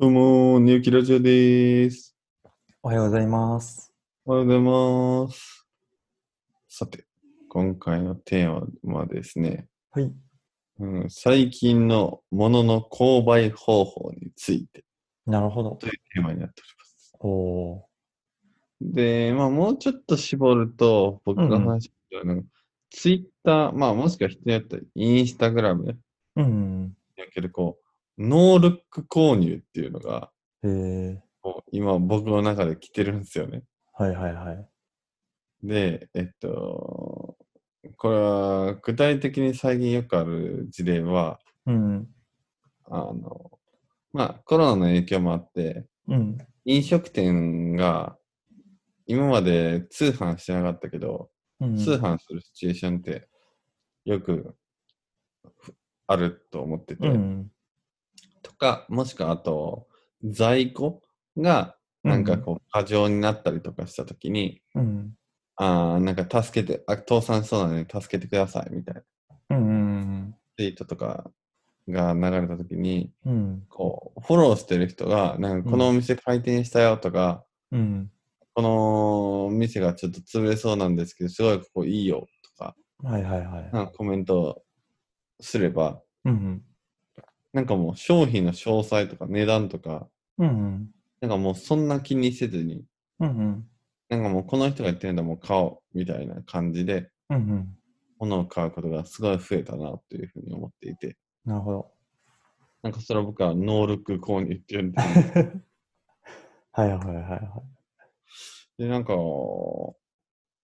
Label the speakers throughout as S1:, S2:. S1: どうも、寝起きラジオでーす。
S2: おはようございます。
S1: おはようございます。さて、今回のテーマはですね、
S2: はい。
S1: うん、最近のものの購買方法について
S2: なるほど
S1: と。いうテーマになっております。
S2: おお
S1: で、まあ、もうちょっと絞ると、僕が話してるのは、ツイッター、まあ、もしくは人によってはインスタグラムに
S2: ー。うん。
S1: おける、こう、ノールック購入っていうのが、
S2: へえ。
S1: こう今僕の中で来てるんですよね。
S2: はいはいはい。
S1: で、えっと、これは具体的に最近よくある事例は、
S2: うん。
S1: あの、まあコロナの影響もあって、
S2: うん。
S1: 飲食店が今まで通販してなかったけど、
S2: うん。
S1: 通販するシチュエーションってよくふあると思ってて、
S2: うん。
S1: とか、もしくはあと、在庫がなんかこう過剰になったりとかしたときに、
S2: うん。
S1: ああ、なんか助けて、あ、倒産しそうなので助けてくださいみたいな
S2: うん。うん。
S1: ツイートとかが流れたときに、
S2: うん。
S1: こう、フォローしてる人が、なんかこのお店開店したよとか、
S2: うん。
S1: このお店がちょっと潰れそうなんですけど、すごいここいいよとか、
S2: はいはいはい。
S1: なんかコメントすれば、
S2: うん。
S1: なんかもう商品の詳細とか値段とか、
S2: うん。
S1: なんかもうそんな気にせずに、
S2: うん。うん。
S1: なんかもうこの人が言ってるんだもう買おうみたいな感じで、
S2: うん。うん。
S1: 物を買うことがすごい増えたなというふうに思っていて、
S2: なるほど。
S1: なんかそれは僕はノールック購入って呼んで、
S2: はいはいはいは
S1: で、なんか、ほ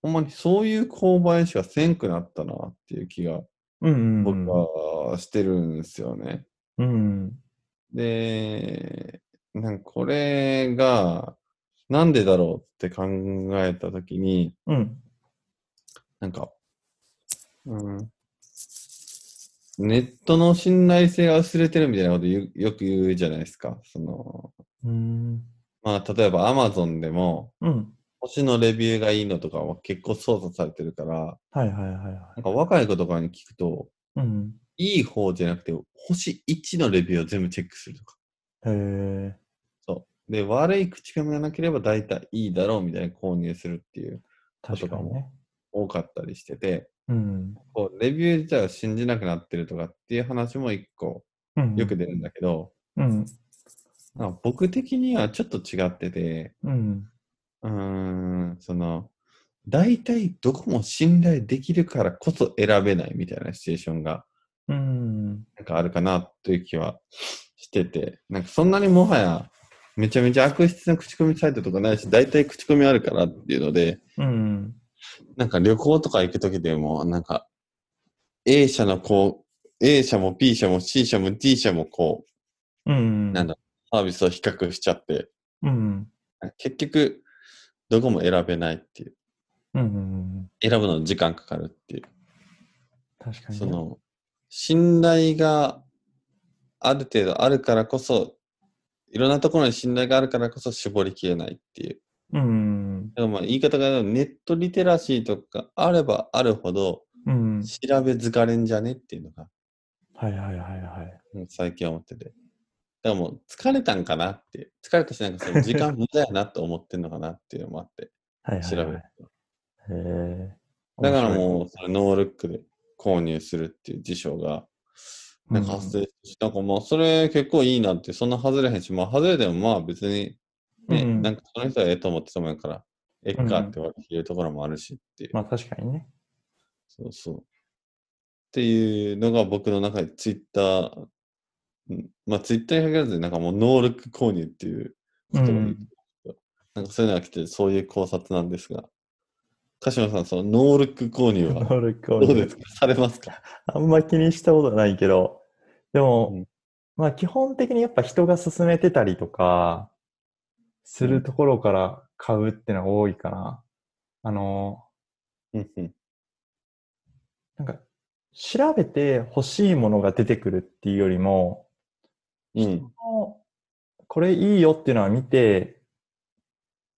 S1: んまにそういう購買しかせんくなったなっていう気が
S2: い。うん。
S1: 僕。はしてるんですよね。
S2: うん。
S1: で、なんかこれがなんでだろうって考えたときに、
S2: うん。
S1: なんか、うん、ネットの信頼性が薄れてるみたいなこと言うよく言うじゃないですか。その、
S2: うん。
S1: まあ例えば Amazon でも、
S2: うん。
S1: 星のレビューがいいのとかは結構操作されてるから、
S2: はいはいはいは
S1: なんか若い子とかに聞くと、
S2: い。うん。
S1: いい方じゃなくて、星1のレビューを全部チェックするとか。
S2: へえ。
S1: そう。で、悪い口コミがなければ大体いいだろうみたいに購入するっていう、
S2: 確かにね。
S1: 多かったりしてて、
S2: うん。
S1: こう、レビュー自体を信じなくなってるとかっていう話も一個
S2: うん。
S1: よく出るんだけど、
S2: うん。
S1: なんか僕的にはちょっと違ってて、
S2: うん。
S1: うーん、その、大体どこも信頼できるからこそ選べないみたいなシチュエーションが
S2: うん。
S1: なんかあるかなという気はしてて、なんかそんなにもはやめちゃめちゃ悪質な口コミサイトとかないし、大体口コミあるからっていうので、
S2: うん。
S1: なんか旅行とか行くときでも、なんか A 社のこう、A 社も B 社も C 社も D 社もこ
S2: うん。
S1: う、なんだ、サービスを比較しちゃって、
S2: うん。
S1: 結局どこも選べないっていう、
S2: うんうんうん。
S1: 選ぶのに時間かかるっていう。
S2: 確かに
S1: そ
S2: ね。
S1: の、信頼がある程度あるからこそ、いろんなところに信頼があるからこそ絞りきれないっていう。
S2: うん。
S1: でもまあ言い方がネットリテラシーとかあればあるほど
S2: うん。
S1: 調べ疲れんじゃねっていうのが
S2: はいはいはいはい。
S1: うん最近思ってて。だからもう疲れたんかなって。疲れたしなんかその時間無駄やなと思ってんのかなっていうのもあって
S2: はいはい、はい。
S1: 調べる。
S2: べへえ。
S1: だからもうそれノールックで購入するっていう事象がなんか発生し、なんかもうそれ結構いいなって、そんな外れへんし、まあ外れてもまあ別に、ね、
S2: うん
S1: なんかその人はええと思ってたもんやから、えっかって言うところもあるしっていう、
S2: まあ確かにね。
S1: そうそう。っていうのが僕の中でツイッター、うんまあツイッターに限らず、なんかもうノールック購入っていう
S2: う
S1: 言葉に
S2: ん。
S1: なんかそういうのが来て、そういう考察なんですが、鹿島さん、そのノールック購入は
S2: 能力
S1: ど
S2: を
S1: うですかされますか
S2: あんま気にしたことはないけど、でも、
S1: うん
S2: まあ基本的にやっぱ人が勧めてたりとか、するところから買うってのが多いかな。あの、
S1: うんうん
S2: なんか、調べて欲しいものが出てくるっていうよりも、
S1: うん。
S2: もうこれいいよっていうのは見て、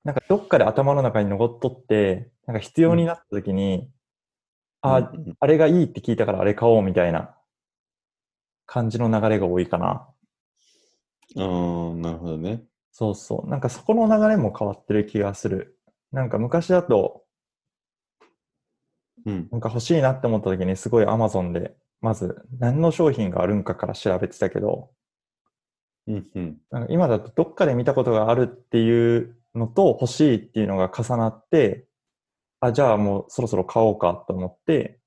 S2: なんかどっかで頭の中に残っとって、なんか必要になった時に、あ
S1: う、ん
S2: あれがいいって聞いたからあれ買おうみたいな感じの流れが多いかな。
S1: あー、なるほどね。
S2: そうそう。なんかそこの流れも変わってる気がする。なんか昔だと、
S1: うん。
S2: なんか欲しいなって思った時にすごい Amazon で、まず何の商品があるんかから調べてたけど、
S1: うん、うん。
S2: なんか今だとどっかで見たことがあるっていうのと欲しいっていうのが重なって、あ、じゃあもうそろそろ買おうかと思って、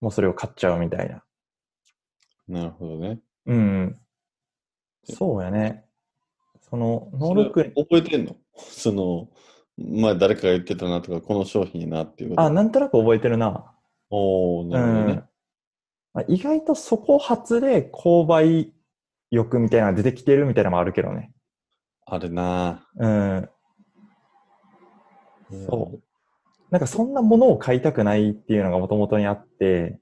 S2: もうそれを買っちゃうみたいな。
S1: なるほどね。
S2: うん。そうやね。その、能
S1: そ
S2: 力
S1: れ覚えてんの その、前誰かが言ってたなとか、この商品なっていうこと。
S2: あ、なんとなく覚えてるな。
S1: おー、
S2: う
S1: なるほどね
S2: ん。。まあ意外とそこ発で購買欲みたいなのが出てきてるみたいなのもあるけどね。
S1: あるな
S2: うん。
S1: ぁ
S2: そなんかそんなものを買いたくないっていうのがもともとにあって、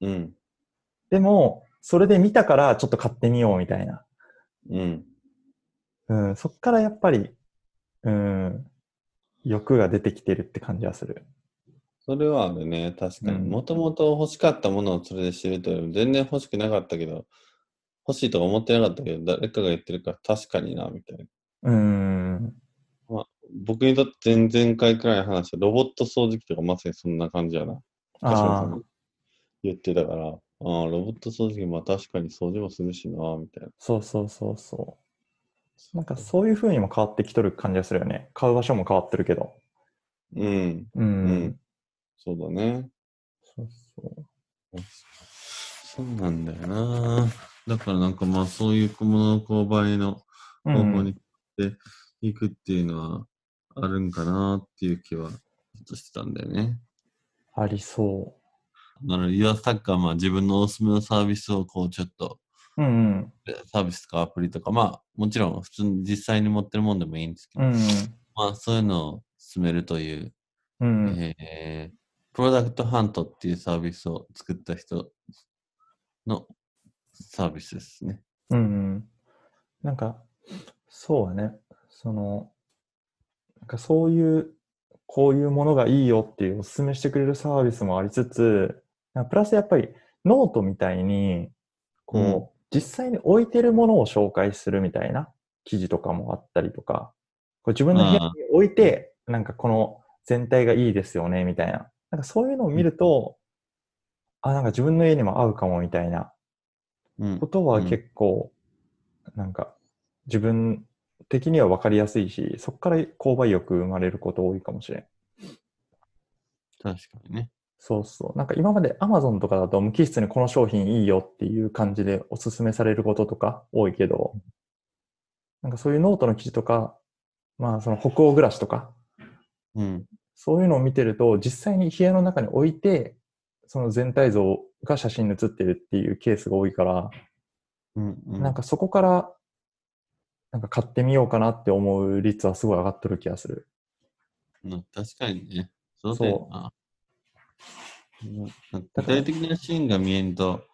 S1: う。うん。
S2: でも、それで見たからちょっと買ってみようみたいな。
S1: うん。
S2: うん。そっからやっぱり、うん。欲が出てきてるって感じはする。
S1: それはあるね。確かに。
S2: うん
S1: もともと欲しかったものをそれで知ると、全然欲しくなかったけど、欲しいとか思ってなかったけど、誰かが言ってるから確かにな、みたいな。
S2: うん。
S1: 僕にとって前々回くらいの話は、ロボット掃除機とかまさにそんな感じやな。
S2: ああ
S1: 確かに言ってたから、ああ、ロボット掃除機、まあ確かに掃除もするしな、みたいな。
S2: そうそうそうそう。なんかそういう風にも変わってきとる感じがするよね。買う場所も変わってるけど。
S1: うん、
S2: うん。
S1: うんそうだね。
S2: そうそう。
S1: そうなんだよな。だからなんかまあそういう小物の購買の
S2: う
S1: 方
S2: ん
S1: 向に行っていくっていうのはあるんかなっていう気はちょっとしてたんだよね。
S2: ありそ
S1: だから Your Stack はまあ自分のおすすめのサービスをこうちょっと
S2: う。うん
S1: サービスとかアプリとかまあもちろん普通に実際に持ってるもんでもいいんですけ
S2: う
S1: ど、
S2: ん。
S1: まあそういうのを進めるという
S2: うん。うん。
S1: えープロダクトハントっていうサービスを作った人のサービスですね。
S2: うんうん。なんか、そうやね。その、なんかそういう、こういうものがいいよっていうおすすめしてくれるサービスもありつつ、なんかプラスやっぱりノートみたいに、こう、
S1: うん
S2: 実際に置いてるものを紹介するみたいな記事とかもあったりとか、こう自分の部屋に置いて、なんかこの全体がいいですよね、みたいな。なんかそういうのを見ると、あ、なんか自分の家にも合うかも、みたいな
S1: うん
S2: こ。とは
S1: うん
S2: 結構、なんか自分的には分かりやすいし、そこから購買欲生まれること多いかもしれん。
S1: 確かにね。
S2: そうそう。なんか今まで Amazon とかだと無機質にこの商品いいよっていう感じでおすすめされることとか多いけど、なんかそういうノートの記事とか、まあその北欧暮らしとか、
S1: うん。
S2: そういうのを見てると実際に部屋の中に置いて、その全体像が写真に写ってるっていうケースが多いから、
S1: うん、うん。
S2: なんかそこから、なんか買ってみようかなって思う率はすごい上がっとる気がする。
S1: うん確かにね。そうだ
S2: そう
S1: よな。なんか具
S2: だから
S1: 体的なシーンが見えんと、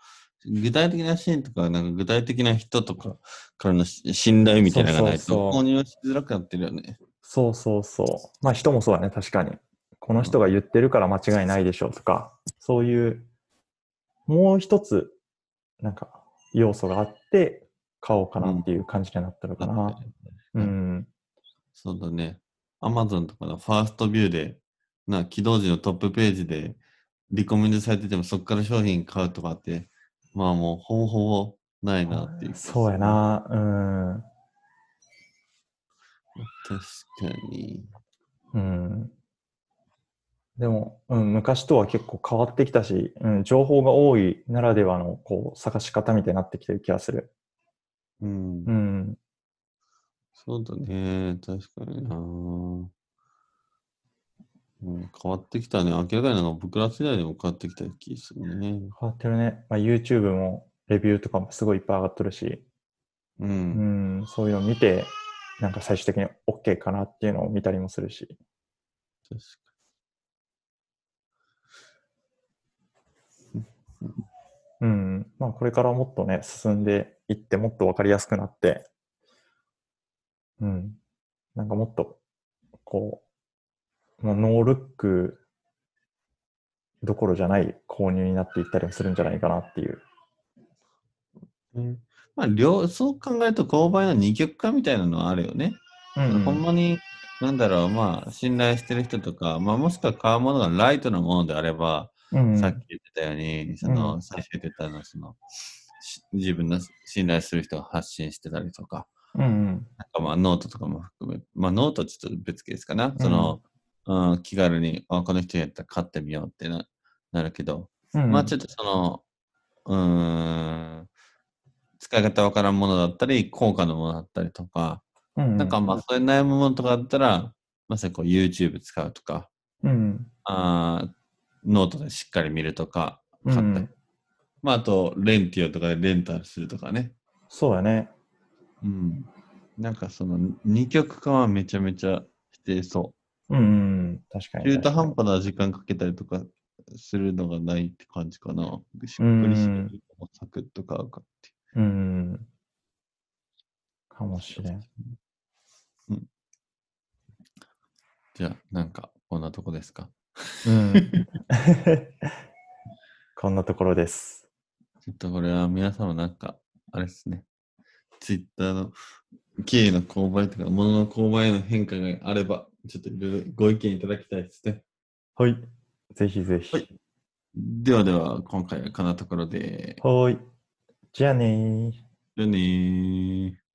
S1: 具体的なシーンとか、なんか具体的な人とかからのし信頼みたいなのがない
S2: そうそ
S1: と
S2: うそう
S1: 購入はしづらくなってるよね。
S2: そうそうそう。まあ人もそうだね、確かに。この人が言ってるから間違いないでしょうとか、そういう、もう一つ、なんか、要素があって、買おうかなっていう感じになってるかな。うん。
S1: そうだね。アマゾンとかのファーストビューで、な、起動時のトップページで、リコメンドされてても、そこから商品買うとかって、まあもう、ほぼほぼないなっていう。
S2: そうや。な。うん。
S1: 確かに。
S2: うんでも、うん、昔とは結構変わってきたし、うん、情報が多いならではのこう探し方みたいになってきてる気がする。
S1: うん
S2: う。ん、
S1: そうだね。確かにな。うん、変わってきたね。明らかになんか僕ら世代でも変わってきた気するね。
S2: 変わってるね。まあ、YouTube もレビューとかもすごいいっぱい上がってるし、
S1: う。
S2: うんん、そういうのを見て、なんか最終的に OK かなっていうのを見たりもするし。
S1: 確か
S2: うん、まあこれからもっとね、進んでいってもっとわかりやすくなって、うん、なんかもっと、こう、もうノールックどころじゃない購入になっていったりもするんじゃないかなっていう。
S1: にね。まあ、両、そう考えると購買の二極化みたいなのはあるよね。
S2: うんうん
S1: ほんまに、なんだろう、まあ、信頼してる人とか、まあ、もしくは買うものがライトなものであれば、
S2: うんうん
S1: さっき言ってたように、そうの、
S2: ん
S1: 最初言ってたのは、その、し自分の信頼する人が発信してたりとか、
S2: うんうん
S1: なんかまあ、ノートとかも含め、まあ、ノートはちょっと別ですかな。その、うん、気軽に、あ、この人やったら買ってみようってななるけど、
S2: うんうん
S1: まあ、ちょっとその、うーん、使い方わからんものだったり、高価なものだったりとか、
S2: うんうん
S1: なんかまあ、そういう悩むものとかだったら、まさにこう YouTube 使うとか、
S2: うん
S1: あーノートでしっかり見るとか、
S2: う
S1: 買ったり、
S2: ん
S1: まあ、あと、レンティオとかでレンタルするとかね。
S2: そうだね
S1: うん。なんかその、二極化はめちゃめちゃしてそ
S2: うんうん確か
S1: う。
S2: に
S1: 中途半端な時間かけたりとかするのがないって感じかな。しっくりして
S2: うん
S1: るかもサクッと買うかっていう。
S2: うんうんかもしれん
S1: うん。じゃあ、なんか、こんなとこですか。
S2: うん こんなところです
S1: ちょっとこれは皆様なんか、あれですね。ツイッターの経営の購買とか、物の購買への変化があれば、ちょっといろいろご意見いただきたいですね。
S2: はいぜひぜひ
S1: はいではでは、今回はこんなところで。
S2: はいじゃあねー
S1: じゃあねー。